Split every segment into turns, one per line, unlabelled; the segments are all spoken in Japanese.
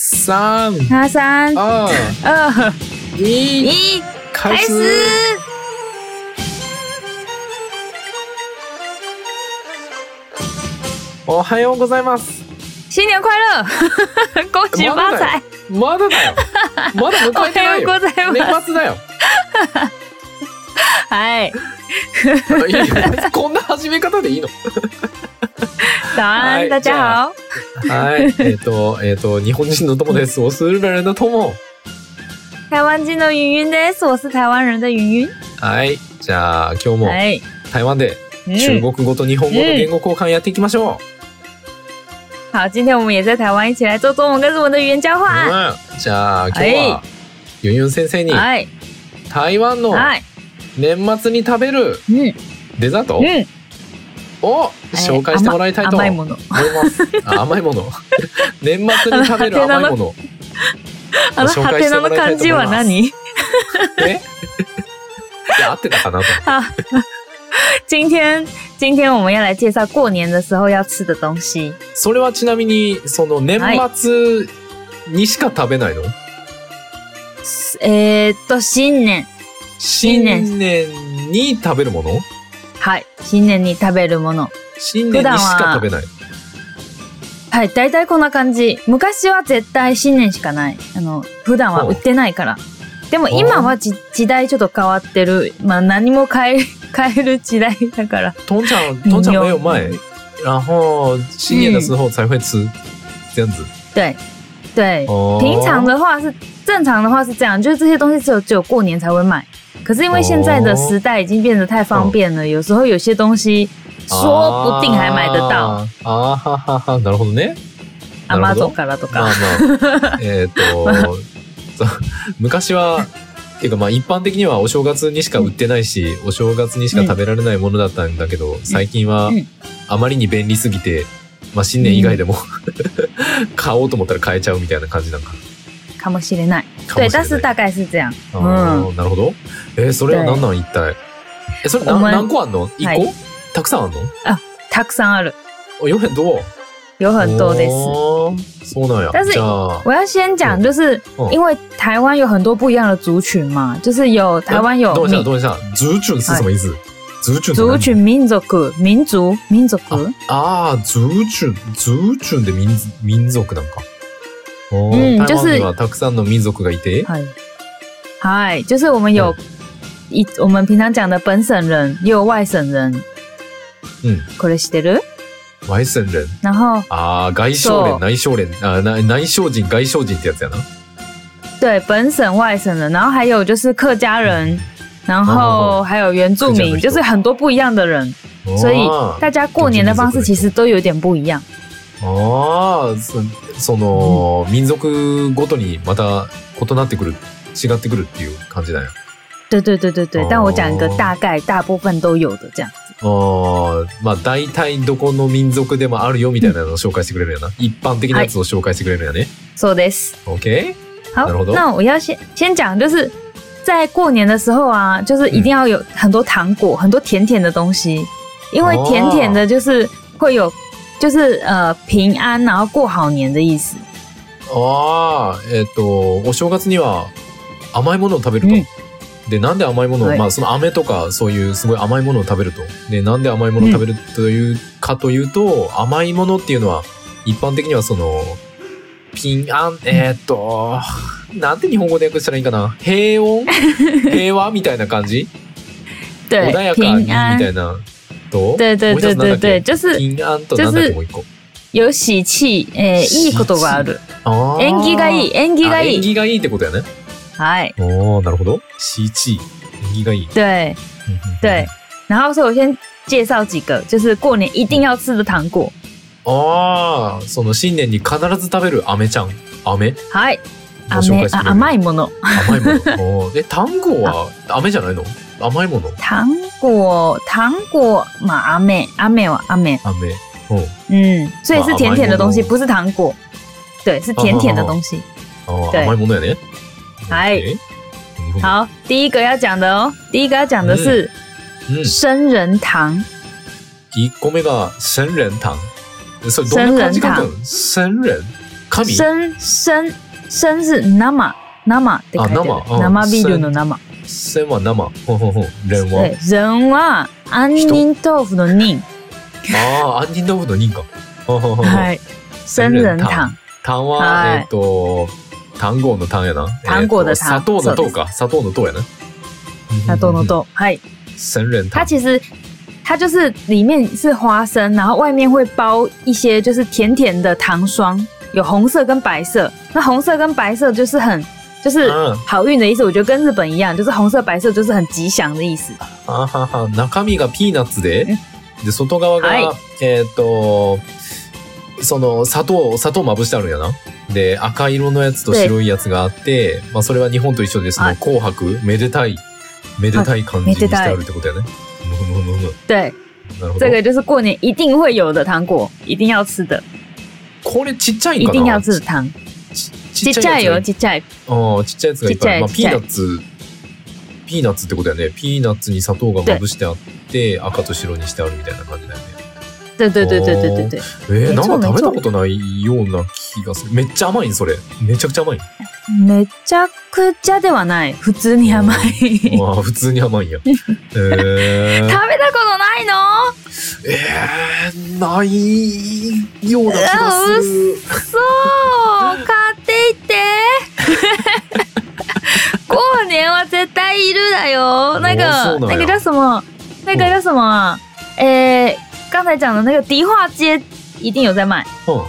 三
那三
二
二
一，
一，
开
开
始
始！。
おはようございます。
新年快乐， 恭喜发财！
まだ だよ。まだ
お
迎
は
えてない
よう
よ
ご。ざいま
年
す。
末だよ。
はい，
いい よこんな始め方でいいの。
早
はい
安，大
じゃ
家好。
はい。えっ、と、えっ、と、日本人の友です。我是日本人的友。
台湾金的云云です。我是台湾人的云云。
はい。じゃあ、今日も
哎，
台湾で中
嗯，
国語と日本語の言語交換やっていきましょう。
好，今天我们也在台湾一起来做中文跟日文的语言交换。
うん。じゃあ、今日は
は、
ユンユン先生に
哎，
台湾の
哎，
年末に食べる
嗯
デザート
嗯，啊
を紹介してもらいたいと思
甘い
い
もの。
ます。あ甘いもの。 年末に食べる甘いもの。
あの
紹
ハ
介して
テナ
も
の
らいたいと
漢
思い
字
ます
は何？
えいや合ってたかなと思って。
啊，今天今天我们要来介绍过年的时候要吃的东西。
それはちなみに、その年末にしか食べないの、
えーっと哎新年。
新
年
年に食べるもの
はい。新年に食べるもの。
新年にしか食べない。
はい。大体こんな感じ。昔は絶対新年しかない。あの、普段は売ってないから。でも今はじ時代ちょっと変わってる。まあ何も変え、 変える時代だから。
通常通常没有卖，然后新年的时候才会吃，这样子。
对。对。
哦，
平常的话是、正常的话是这样，就是这些东西只有只有过年才会买。可是因为现在的时代已经变得太方便了，有时候有些东西说不定还买得到。
あー。あーはははなるほどね。
ア
な
マ
るほ
ゾ
ど
ンからと
まあ
か。
ま あえっと、そう昔は。っていうかまあ一般的にはお正月にしか売ってないし、お正月にしか食べられないものだったんだけど、最近は
うん
あまりに便利すぎて、まあ新年以外でも 買おうと思ったら買えちゃうみたいな感じなんか。
かもしれない。
かも
对，
しれない
但是大概是这样。
あーなるほど。えーそれは何なん一体。え、それな
お前
何個あんの一個、
はい
たくさんあんの
たくさんある，
お、よへんどう
有很多です。
おーそうなんや。
但是
じゃあ、
我要先讲，
嗯
就是
嗯
因为台湾有很多不一样的族群嘛，就是有台湾有
どうした
民
どうしたズーチュン是什么意思ズーチュンって
族
何
群、民族、民族、民族。
ああ、ズーチュン。ズーチュンで民民族なんか。お
うん
ー台
就是
湾にはたくさんの民族がいて。
嗨，嗨，就是我们有一我们平常讲的本省人，也有外省人。
嗯，
これしてる？
外省人。
然后
ああ、外省
そ
連、
う
内省連。あーな内省人、外省人ってやつやな。
对本省、外省人，然后还有就是客家人，然后还有原住
客家的
民，
人
就是很多不一样的人。所以
あー
大家过年的方式其实都有点不一样。
ああ、そその、民族ごとにまた異なってくる、違ってくるっていう感じだよ。
对对对对对
哦，
但我讲一个大概，大部分都有的这样。
ああ、まあ大体どこの民族でもあるよみたいなのを紹介してくれるよな。一般的なやつを紹介してくれるよね。
So this，
OK?
好
然后，呢
那我要先先讲，就是在过年的时候啊，就是一定要有很多糖果，很多甜甜的东西，因为
哦
甜甜的，就是会有，就是呃平安，然后过好年的意思。
ああ、えっ、と、お正月には甘いものを食べると。
うん
で、なんで甘いものを、
はい
まあその飴とかそういうすごい甘いものを食べると。で、なんで甘いものを食べるというかというと、甘いものっていうのは一般的にはその、ピンアン、えっ、と、なんて日本語で訳したらいいかな。平穏 平和みたいな感じ穏
对
や，かにみ
平
た
安，
いな。と
对对
もう一
对
つなんだ
对
っけ
对，就是
ピンアンとなんだっ
就
け
是
もう一個。
有喜气，诶，いいことがある。
あー
縁起がいい，縁起が
哦あ
い
縁
い。
起がいいってことやね。
哎，
おおなるほど。CT。縁起がいい。
对
嗯
对。然后，所以我先介绍几个，就是过年一定要吃的糖果。
ああ、その新年に必ず食べる飴ちゃん。飴
はい。
ご紹
飴
介してく
あ
れる
甘いもの。
甘いも の。おーえ、単語は飴じゃないの甘いもの
糖果、糖果嘛，飴、飴は飴。
飴。うん。
嗯，所以是甜甜的东西，
まあ甘いもの
不是糖果。对，是甜甜的东西。
あー
对
甘いものやね。
は
OK。
い
日本語
好，第一个要讲的哦，第一个要讲的是
うん。
生人糖。
1個目が、仙人糖。それどんな感じ書くの仙人神
生生生是生生って書いてある
あ生うん
生ビールの生
千は生。ほんほんほん。蓮は
で。人は杏仁豆腐の仁
ああ、杏仁豆腐の人か。ほんほんほんほん
はい生仁糖
単は、
はい
えっ、と、単語の単やな。
単語の単
えーと砂糖の糖か。砂糖の糖やな。嗯
砂糖の。糖はい
仙人
它
糖。
其实它就是里面是花生，然后外面会包一些就是甜甜的糖霜，有红色跟白色。那红色跟白色就是很就是
嗯
好运的意思，我觉得跟日本一样，就是红色白色就是很吉祥的意思。
あはは。中身がピーナッツで
うん、
で、外側が、
はい
えっ、と、その砂糖、砂糖まぶしてあるんやな。で、赤色のやつと白いやつがあって、まあそれは日本と一緒で、そ
は
の
い
紅白、めでたい、めでたい感じにしてあるってことやね。ふむふむふむ
对，
なるほど
这。个就是过年一定会有的糖果，一定要吃的，
これちっちゃい
一
んか
定要
な
吃的糖。
ち
ちっちゃいよ、
やつ
ちっちゃい。
ああ、ちっちゃいやつがいっぱいある。まあ、
ちっ
ピ
ち
ー
ゃい
ナッツ、ピーナッツってことだよね。ピーナッツに砂糖がまぶしてあって、赤と白にしてあるみたいな感じだよね。
对对对对对对对，
えー、
めっちゃ
なんか食
めっ
べ
ち
た
ゃ
ことないような気がする。めっちゃ甘いんそれ。めちゃくちゃ甘い。
めちゃくちゃではない、普通に甘い。食べ
まあ、普通に甘いんや。えー、
たことないの？
えー、ないような気がする。
そう買っていって 过年は絶対いるだよ那
哦
个
そうなんや
那个叫什么那个叫什么啊诶刚才讲的那个迪化街一定有在卖
うん、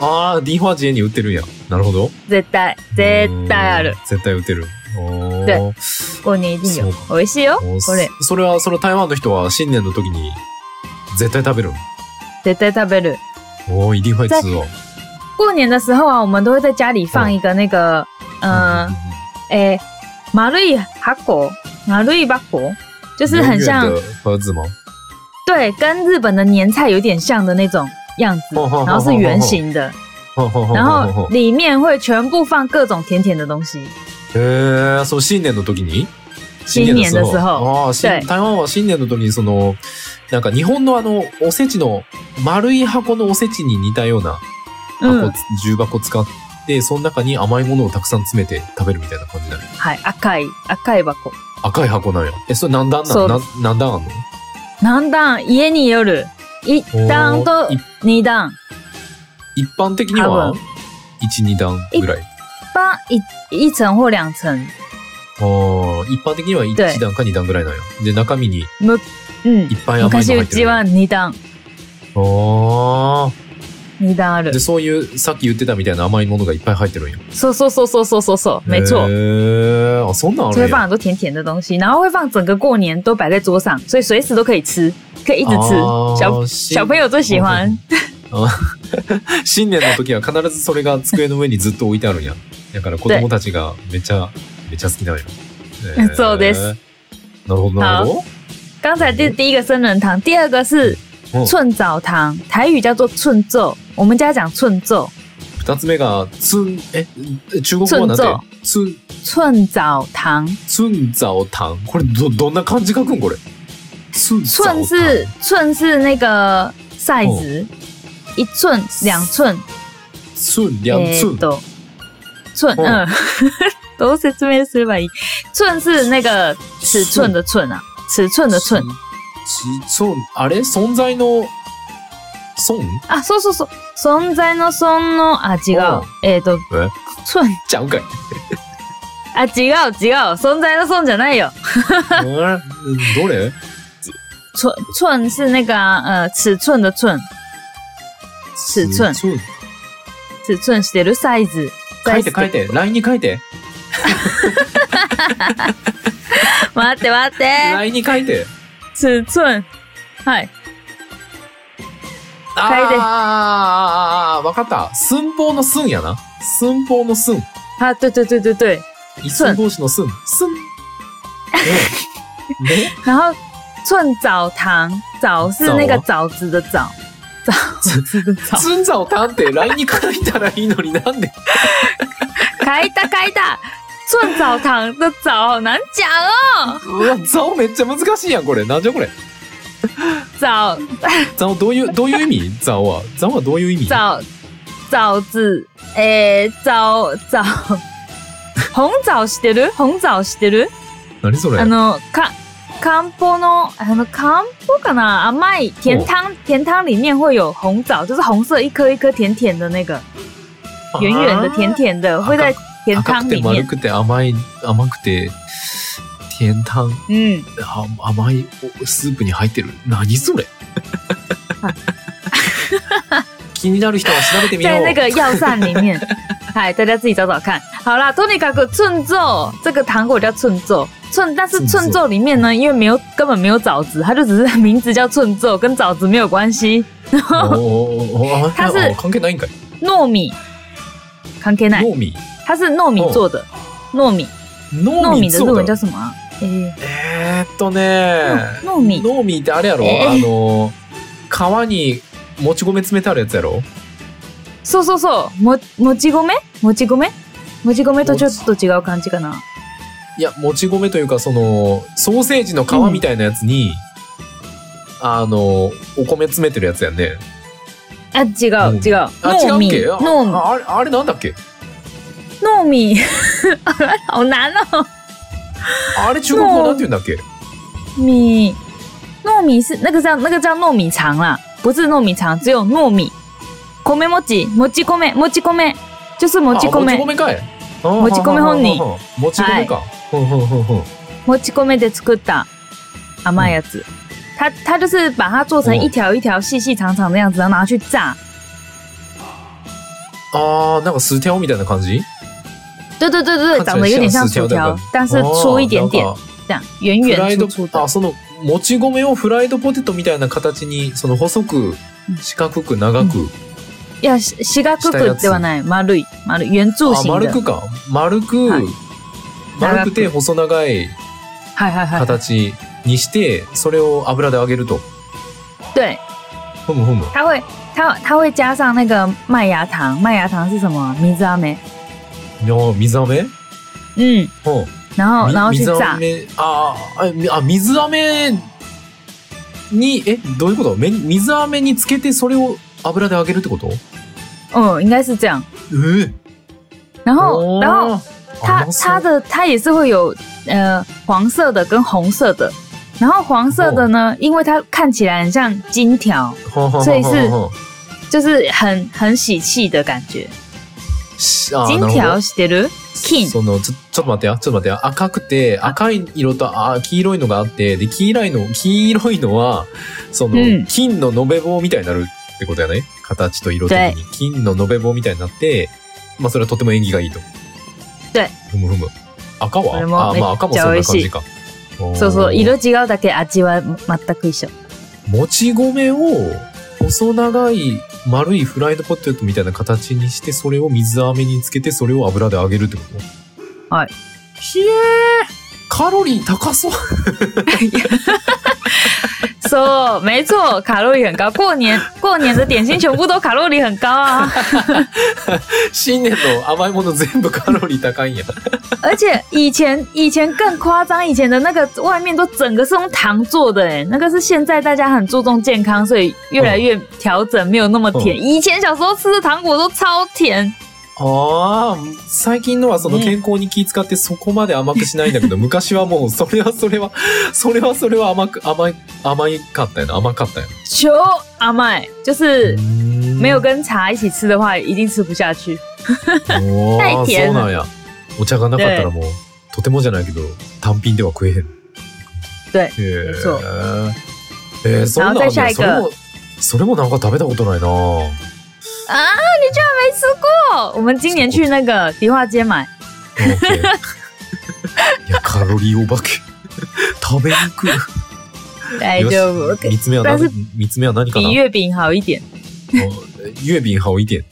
ああ、ディファジエに売ってるんや。なるほど。
絶対絶対あ
う
る
ん。絶対売ってる。お
で
ー
过年一定有
そう
美味しいよ
お
これ
そそれは、その台湾の人は新年の時に絶対食べるの
絶対食べる
おお、イディファイツを。
过年的时候啊我们都会在家里放一个那个嗯诶丸い箱丸い箱就是很像
盒子吗？
对，跟日本的年菜有点像的那种样子，
哦哦
然后是圆形的，
ほうほうほう
然
ほうほ
后
う
里面会全部放各种甜甜的东西。
へえ、そう新年の時に
新年の時
ああ、新
对
台湾は新年の時にそのなんか日本のあのおせちの丸い箱のおせちに似たような
う
箱
ん、
重箱使ってその中に甘いものをたくさん詰めて食べるみたいな感じだね。
はい、赤い赤い箱。
赤い箱なんや。え、それ何段な
そ
の？
う
な何段あんの？
何段家による一段と
おーい
二段。
一般的には
多分
一二段ぐらい。
八一一层或两层。
ああ、一般的には一
对
段か二段ぐらいなんや。で中身に
む、うん
い。っぱい甘いのが入って
昔
る。
うちは二段
あ
二段あ
あ。
る
で、。そういう、さっき言ってたみたいな甘いものがいっぱい入ってるんや。
そうそうそうそうそうそうそう，没错。
へーあ、そんなんあ
就
る
会
ん
放
や。
很多甜甜的东西，然后会放整个过年都摆在桌上，所以随时都可以吃，可以一直吃。
あー
小
し
小朋友最喜欢。
新年の時は必ずそれが机の上にずっと置いてあるんや。だから子供たちがめちゃ、めちゃ好きなんや。へー
そうです。
なるほど、なるほ
刚才第第一个生人糖，第二个是
ど。うん
寸枣糖，台语叫做寸奏，我们家讲寸奏，
二つ目が、つん、え、中国語はなんてつん、
寸枣糖，
つんざおたん。これ、ど、どんな漢字書くんこれ。つんざおたん
寸是寸是那个 size，、一寸、两寸、
つん、りゃんつん。
的寸，
哦
嗯， 都是这边是吧？寸是那个尺寸的寸啊，尺寸的寸
ち。ち、そう、あれ存在の、損
啊，そうそうそう。存在の存のあ違
哦
う。えっと
え
哎寸啊
ちゃうんかい。
あ違う違う。存在の存じゃないよ。
うんどれ
寸寸是那个啊呃尺寸的寸，尺寸
寸
尺寸してるサイズ。
書
サイ
い
ズ
て書いて、LINE に書いて。
待って待 って。
LINE に書いて。
尺寸。はい。
あーあーあーあー、わかった。寸法の寸やな。寸法の寸。
あ、对对对对对。
一寸法師の寸。寸。ね。 ね
然后寸枣糖，枣是那个枣子的枣，枣子的枣。
寸座をたんって LINE に書いたらいいのになんで。
开大开大，寸枣糖的枣好难讲哦。
うわ、座をめっちゃ難しいやん、これ。なんじゃこれ。
枣
座をどういう、どういう意味座をは。座をはどういう意味
枣枣子、えー、枣、枣。本枣知ってる本枣知ってる
何それ
あの、か、漢方の、あの、漢方かな甘い甜汤、甜汤里面会有红枣，就是红色一颗一颗甜甜的那个，圆圆的、甜甜的，会在甜
赤
汤
くて
里
丸
面。
くて甘い、甘くて、天炭、
嗯，
あ甘いおスープに入ってる。何そ れ気になる人は調べてみよう。
在那个药膳里面，哎，大家自己找找看。好啦，托尼卡克寸奏这个糖果叫寸奏，寸，但是
寸
寸
奏
奏里面呢，因为没有根本没有枣子，它就只是名字叫寸奏，跟枣子没有关系。
おーおーおーあ
它是
あ関係ないんかい。
糯米，康 K 奶，
糯米。
它是糯米做的，糯米，
糯
糯米
米
的
そ
日
う
文
だ
叫
よ
什么啊？诶，
えーっとね、
糯米，
糯米ってあれやろ、
えー
あの、皮にもち米詰めてあるやつやろ
そうそうそう、ももち米？もち米？もち米とちょっと違う感じかな。
いや、もち米というか、その、ソーセージの皮みたいなやつに、あの、お米詰めてるやつやんね。
あ、違う
うん
違う、
あ、違
糯
うっ
米
け、
糯米
あ。あれ、あれなんだっけ
糯 米，好难哦。
あれ中国語なんて言うんだっけ
米，糯米是那个叫那个叫糯米肠啦，不是糯米肠，只有糯米。米もち、もち米、もち米，就是もち
あもち
米。
米かい。
もち米本人
あははははは。もち米か。ふんふんふんふん
もち米で作った甘いやつ。它它就是把它做成一条一条细细长长的样子，然后拿去炸。
あー、なんかステオみたいな感じ
对对对对，对长得有点像薯条，但是
哦
粗一点点，这样圆
フ
圆
ライド
粗粗的
あ。そのもち米をフライドポテトみたいな形にその細く四角く長く、
いや、し四角くではない、丸い、丸い、圆柱
あ
形
丸
的。
くか丸く、
はい
丸くて細長い
はいはいはい。
形にしてそれを油で揚げると
对。
ふむふむ
它会它它会加上那个麦芽糖，麦芽糖是什么？啊米子阿梅，
いやー水飴
嗯，
うん
然后
み
然后去
水
炸，
飴あーあみあ水飴にえどういうことめ水飴につけてそれを油で揚げるってことえ
嗯，应该是这样。
えー、
然后然
お
后
ー
它
甘そう
它的它也是会有呃黄色的跟红色的，然后黄色的呢，因为它看起来很像金条，
ほんほんほんほんほん
就是很很喜气的感觉。
しあー
金
なるほど
条してる？金
そのちょちょっと待ってよちょっと待ってよ赤くて赤い色とあ黄色いのがあってで黄色いの黄色いのはその、
うん
金の延べ棒みたいになるってことやね形と色的
はい
に金の延べ棒みたいになってまあそれはとても縁起がいいと
はい
ふむふむ赤
こ
は
れも
あまあ
めっちゃ
赤もそんな感じか
そうそ
お
う
ー
色違うだけ味は全く一緒。
もち米を細長い丸いフライドポテトみたいな形にしてそれを水飴につけてそれを油で揚げるってこと
はい
ひえーカロリー高そう
说、 没错，卡路里很高。过年 过年的点心全部都卡路里很高 啊，
新年の甘いもの全部カロリー高いんや
而且以前以前更夸张，以前的那个外面都整个是用糖做的、哎，那个是现在大家很注重健康，所以越来越调整，没有那么
哦
甜。以前小时候吃的糖果都超甜，
あー最近のはその健康に気遣ってそこまで甘くしないんだけど、昔はもうそれはそれはそれはそれは甘く甘い甘いかったよな甘かったよな
求阿麦就是
うーん
没有跟茶一起吃的话，一定吃不下
嗯
去。
おー
大変
そうなんやお茶がなかったらもうとてもじゃないけど単品では食えへんへ
对，
え
そう
えー、そんなんあんね
あ
や
私は行く
それもそれもなんか食べたことないな
啊，你居然没吃过？我们今年去那个迪化街买，
OK いやカロリーお化け食べにくい
哎，就
よし三つ目は
だいぶ
何三つ目は何かな
比月饼好一点。
月饼好一点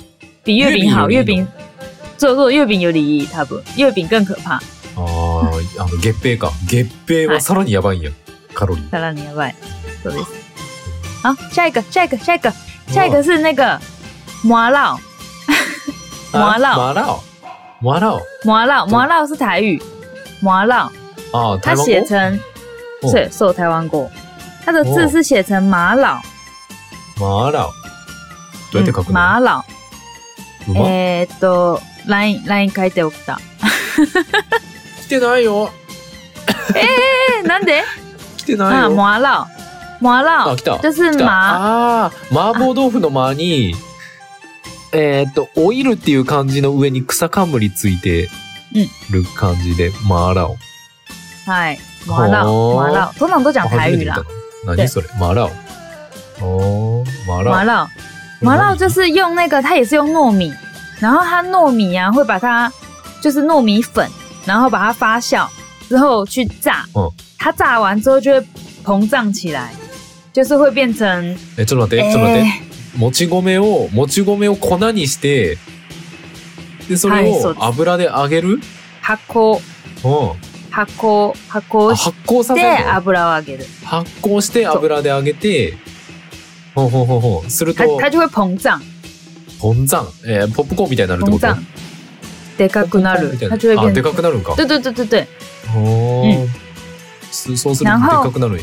比月饼好，
月
月
饼有
饼，做做月饼有礼仪，差不多，月饼更可怕。
あーあの月餅か月餅はさらにやばいんや、カロリー
再让你要拜，そうです。好，下一个，下一个，下一个，下一个是那个麻辣，麻辣
マラオマラオ
麻辣，
对
麻辣是台语，麻辣，
あー台
它
湾
写
語
成
哦
是受台湾国，它的字
哦
是写成麻老，嗯
マーラオ。どうやって書くの、
麻老
うまっ
えーっと、LINE、ライン書いておった。
来てないよ
え、なん で
来てない
あ、
よ
もうあらう。もうあら
あ
う。
哎啊来た
就是
来た
麻
あー麻婆豆腐の間にえーっとオイルっていう漢字の上に草冠ついてる感じで、マーラオ
はい。麻辣，
哦
麻辣，通常都讲台
初めて
语
見
啦
た。の何それマーラオおーマーラオ
麻辣，嗯麻辣就是用那个，它也是用糯米，然后它糯米啊会把它就是糯米粉，然后把它发酵之后去炸
嗯，
它炸完之后就会膨胀起来，就是会变成
えちょっと待ってちょっと待って、もち米をもち米を粉にしてでそれ
はいそう
を
です
油で揚げる、
発酵
うん
発酵発酵
あ
し
発酵させ
て
るの
油を揚げる，
発酵して油で揚げてほんほんほんほんする
它
と
它就会膨胀
ポンザン、えーポップコーンみたいになるって
膨
こと
胀，でかくな
ポップコーンみ
る
たい，な
它就会
あで
变
か
成
くなるんか
啊对对对对对，
おーすそうすると
然
で
后
かくなるんや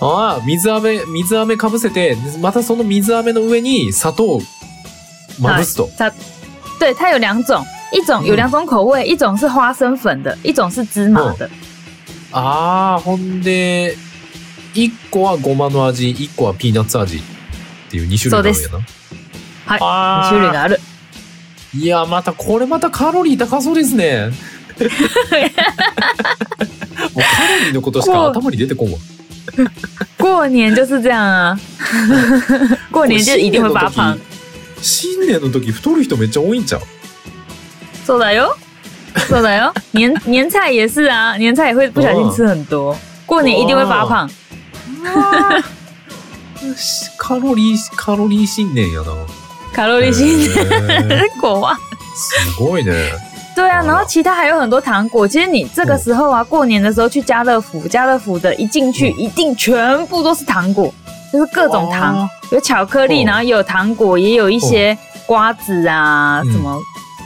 ああ、水飴、水飴かぶせて、またその水飴の上に砂糖をまぶすと。
它对它有两种，一种有两种口味，一种是花生粉的，一种是芝麻的。
ああ、ほんで、1個はごまの味、1個はピーナッツ味っていう2種類がある
そう
んやな。
はい
あー
種類がある。
いや、また、これまたカロリー高そうです ね。もうカロリーのことしか頭に出てこんわ。
过年就是这样啊， 过年就一定会发胖。
新年の時、新年の時太る人めっちゃ多いんちゃう
そうだよ，そうだ よ。年年菜也是啊，年菜也会不小心吃很
哦
多，过年一定会发胖。
しカロリー、カロリー新年やな。
卡路里新年
へー
果哇，
すごいね。
对啊，
哦
然后其他还有很多糖果。其实你这个时候啊，过年的时候去家乐福，家乐福的一进去
嗯
一定全部都是糖果，就是各种糖，
あ
有巧克力，
哦
然后也有糖果，也有一些瓜子啊，
嗯
什么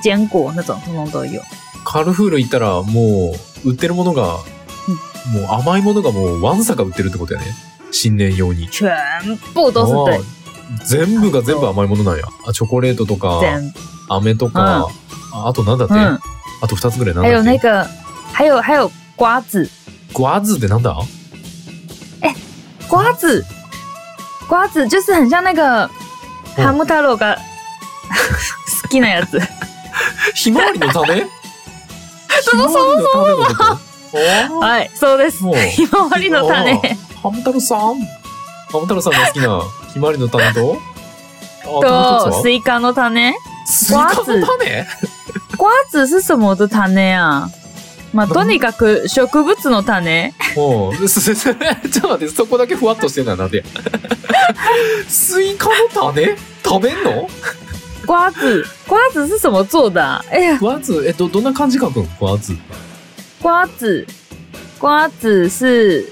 坚果那种，通通都
ー
有。
カルフール行ったらもう売ってるものが、もう甘いものがもうわんさか売ってるってことやね新年用に
全部都是对
あ，ー全部が全部甘いものなんやあチョコレートとか
全部
飴とか、ああとなんだって、
嗯，
あと2つぐらいなん
还有
だ
那
って
个，还有还有瓜子，
瓜子ってなんだ
瓜子，瓜子就是很像那个
嗯
哈姆太郎 が好きなやつ。
ひまわりの 種ひまわりの種のことあ
はい、そうです。
もう
ひまわりの種。
ーハム太郎さんハム太郎さんが好きなひまわりの種とあともう一つ
と、
は
スイカの種。
スイカの種
瓜子是什么的種啊？まあ、とにかく植物の種。
おうすすす ちょっと待って、そこだけふわっとしてるのはなんでやスイカの種食べんの
瓜子，瓜子是什么做的啊？哎呀，
ワーズ、えっと、どんな感じ書くんワーズ。
瓜子，瓜子是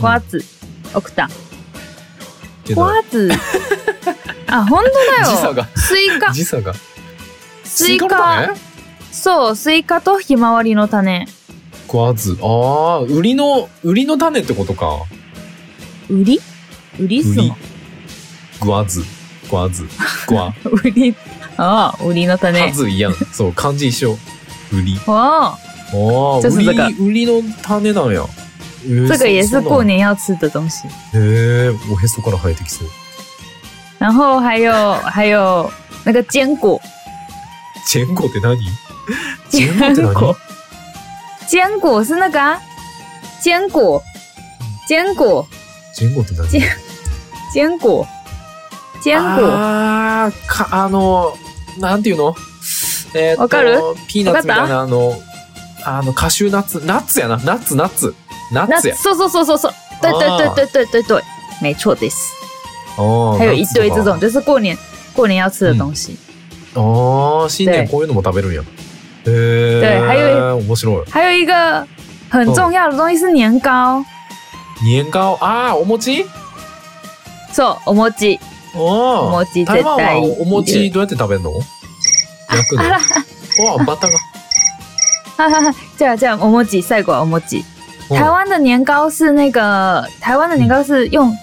瓜子。奥田。
けど
瓜子。あ、本当
時
だ
差
よ。
が、
スイカ、
時差が。
スイ
の
カ。
種
そう、スイカとひまわりの種。
ワーズ。ああ、売りの、売りの種ってことか。
売り売り
売
す
り
も。
ワーズ。ワーズ。ワ
売り。ああ、売りの
ー
種。
ズいやん。そう、漢字一緒。売り。
哦，
ああ、
ちょっと
売り
だから、
売りの種なんや。えー
这个也是
そそう
过
なの
年要吃的东西。
へえ、おへそから生えてきそう。
然后还有还有那个坚果，
チェンコって何チェンコって何
坚果是那个啊，坚果，坚果，
ジェンゴって何
ジェン坚果，坚果，
あーか、あの、なんていうのえーっと
わかる
ピーナッツみた
わ
いな、あの、あの、カシューナッツ、ナッツやな、ナッツ、ナッツ。ナ
那
ッツや。
说说说说说，对对对
啊
对对对对，没错的，
あー
还有一堆
ナッツとか
这种就是过年过年要吃的东西。
あー新年
对
こういうのも食べるんや。へえ。
对还有
面白い。
还有一个很重要的东西是年糕，
年糕あーお餅？
そう、お餅。
お
お
お。
餅
台
絶
湾
対
はお餅
いる。
どうやって食べるの？焼くの？
あら
わあバターが。
哈哈哈，这样这样，お餅赛果お餅。
うん
台湾的年糕是那个，台湾的年糕是用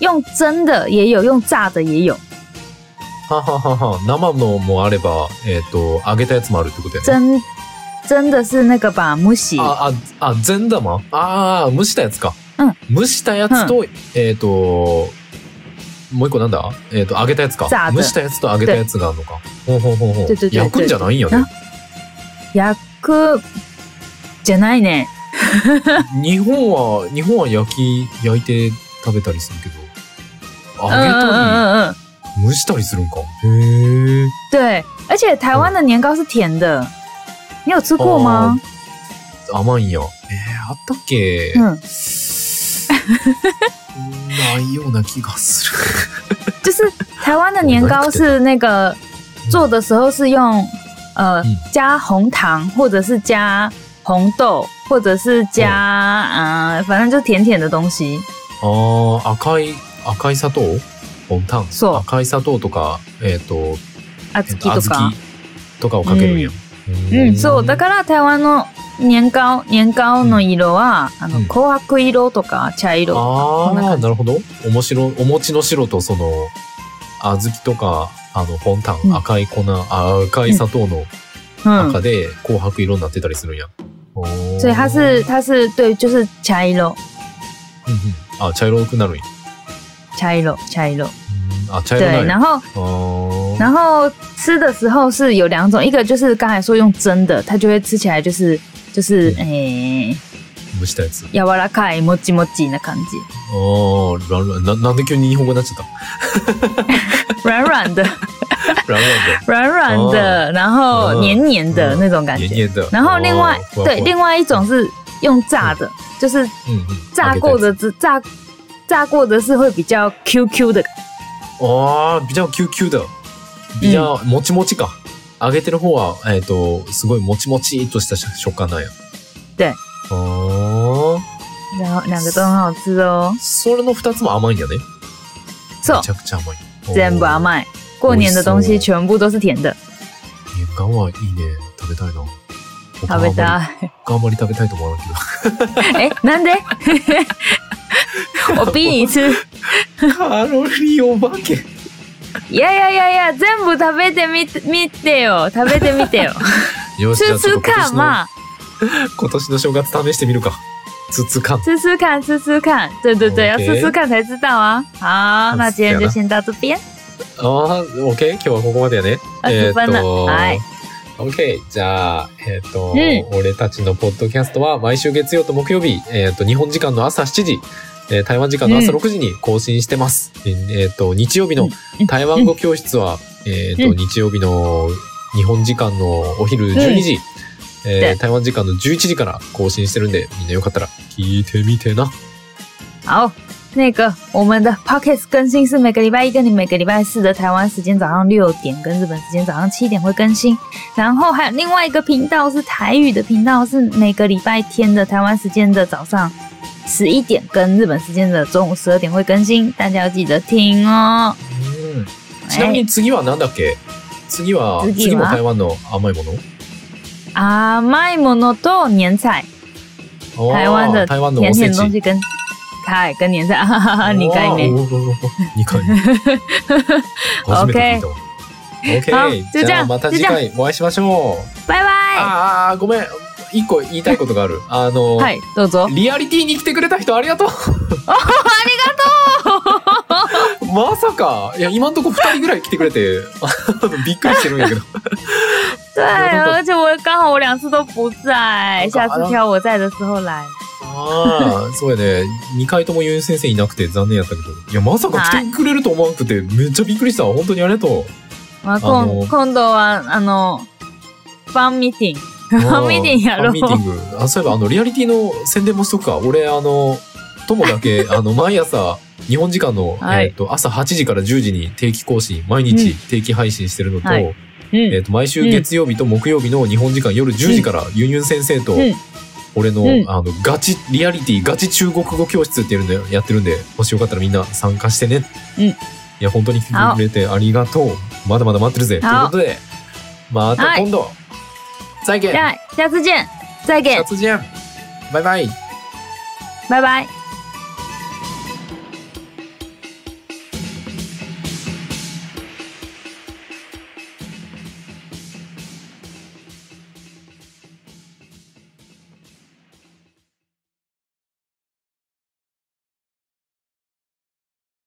用蒸的也有，用炸的也有，
はははは生のもあれば、えっ、と、揚げたやつもあるってことやね。
蒸蒸的是那个吧，母喜。
あ、あ、あ、全玉ああ、蒸したやつか。
うん
蒸したやつと、えっ、と、もう一個なんだえっ、と、揚げたやつか
ザー。ブ
蒸したやつと揚げたやつがあるのか。ほうほうほうほう
对对。对
焼くんじゃないんやね。
焼くじゃないね。
日本は、日本は焼き、焼いて食べたりするけど、揚
嗯嗯
げ
嗯嗯嗯，
たり、蒸したりするんか。へえ。
对，而且台湾的年糕是甜的，你有吃过吗？
哦甘いんや。えー、あったっけ
嗯，
ないような気がす
就是台湾的年糕是那个做的时候是用呃
嗯
加红糖，或者是加红豆，或者是加
哦
嗯、呃，反正就甜甜的东西。
る。ああ、赤い、赤い砂糖ボンタン。
そう
赤い砂糖とか、えっ、と、
啊，
え
这
っと
个
嗯小豆
吧，
とかをかけるんや。
嗯，そうだ
か
から台湾の年糕年糕の色はあの
うん
紅白色とか茶色。こんな
ああ、
感じ
なるほど。おもしろ、お餅の白とその、小豆とか、あの、ボンタン、
うん
赤い粉、あ赤い砂糖の
嗯，
中で、紅白色になってたりするんや。おー
所以它是它是对，就是茶色
うんうんあ、茶色くなるんや。
茶色茶色。
うんあ、茶色な
对，
んや。
然后
あー
然后吃的时候是有两种，一个就是刚才说用蒸的，它就会吃起来就是就是
嗯
诶、
蒸したやつ。
柔らかいもちもちな感じ，
ああ、ランランな、なんで急に日本語になっちゃった
软
ランラン
软的
で。
软软的，然后
嗯
黏黏的那种感
黏
觉。
黏的。
然后另外
哦
对，另外一种是用炸的，就是
嗯嗯，
炸过的只炸炸过的是会比较 QQ 的，
哦，比较 QQ 的，比较もちもちか。揚げてる方はえっ、とすごいもちもちっとした食感なんや。
对。
哦，
然后两个都很好吃哦，
それの二つも甘いんやね。
so
めちゃくちゃ甘い。
全部
い。
甘い。过年的东
美
西
味し
全部都是甜的，
年間はいいね。食べたいな。
食べたい。
他あんまり。他あんまり食べたいと思わないけど。
哎、なんで我逼你吃。
カロリーお化け。
いやいやいやいや、全部食べてみてみてよ。食べてみてよ。
よし、じゃ
吃
あちょっと
吃
今
看
年の
嘛，
今年の正月試してみるか。つつかん。
吃吃看，吃吃看。对对对，要
OK
吃吃看才知道啊。好，那今天就先到这边。
ああ、OK? 今日はここまでやね。
20分だはい。
OK。じゃあ、えっ、と、
う
俺たちのポッドキャストは毎週月曜と木曜日、えっ、と、日本時間の朝7時、えー台湾時間の朝
うん
6時に更新してます。でえっ、と、日曜日
う
の
んうん
台湾語教室は、えっ、と、
うん
日曜日の日本時間のお昼12時、えー
で
台湾時間の11時から更新してるんで、みんなよかったら聞いてみてな。
好，那个我们的 podcast 更新是每个礼拜一跟你每个礼拜四的台湾时间早上六点，跟日本时间早上七点会更新。然后还有另外一个频道是台语的频道，是每个礼拜天的台湾时间的早上十一点，跟日本时间的中午十二点会更新，大家要记得听哦。哎
うんちなみに次はなんだっけ次は、次
次は
も台湾の甘いもの
啊，卖ものと年菜，
おー
台湾的
台湾のお
甜
せ
甜的
ち。
东西跟菜跟年菜， 哈哈哈，你该没。
2回 目。初めて聞いたわ。
好
OK。
就这
じゃあ
样
また次回お会いしましょう。
拜拜。
ああ、ごめん。一個言いたいことがある。あの、
嗨，豆豆，
リアリティに来てくれた人ありが とう。まさか、いや、今んとこ二人ぐらい来てくれて、 あのびっくりしてるんやけど。
对，
豆豆
而且我刚好我两次都不在，
好
下
搞
次挑我在的时候来。
ああ、そうやね。二回ともゆう先生いなくて残念やったけど。いや、まさか来てくれると思わなくて、めっちゃびっくりした。本当にありがとう。
まあ、
あの
今今度は、あの、ファンミーティング。ファンミーティングやろ
ファン
う
ミーティング。あ、そういえば、あの、リアリティの宣伝もしとくか。俺、あの、友だ け、あの、毎朝、日本時間の、
はい
えっと、朝8時から10時に定期更新、毎日定期配信してるのと、
はい
えー、と毎週月曜日と木曜日の日本時間夜10時から、ユンユン先生と
うん
俺の,、
うん
あのガチリアリティガチ中国語教室っていうのやってるんでもしよかったらみんな参加してね、
うん
いや本当に聞いてくれてありがとうまだまだ待ってるぜという
好
ことでまた今度、再见
じゃあ、下次见。再见
下。次见バイバイ
拜拜。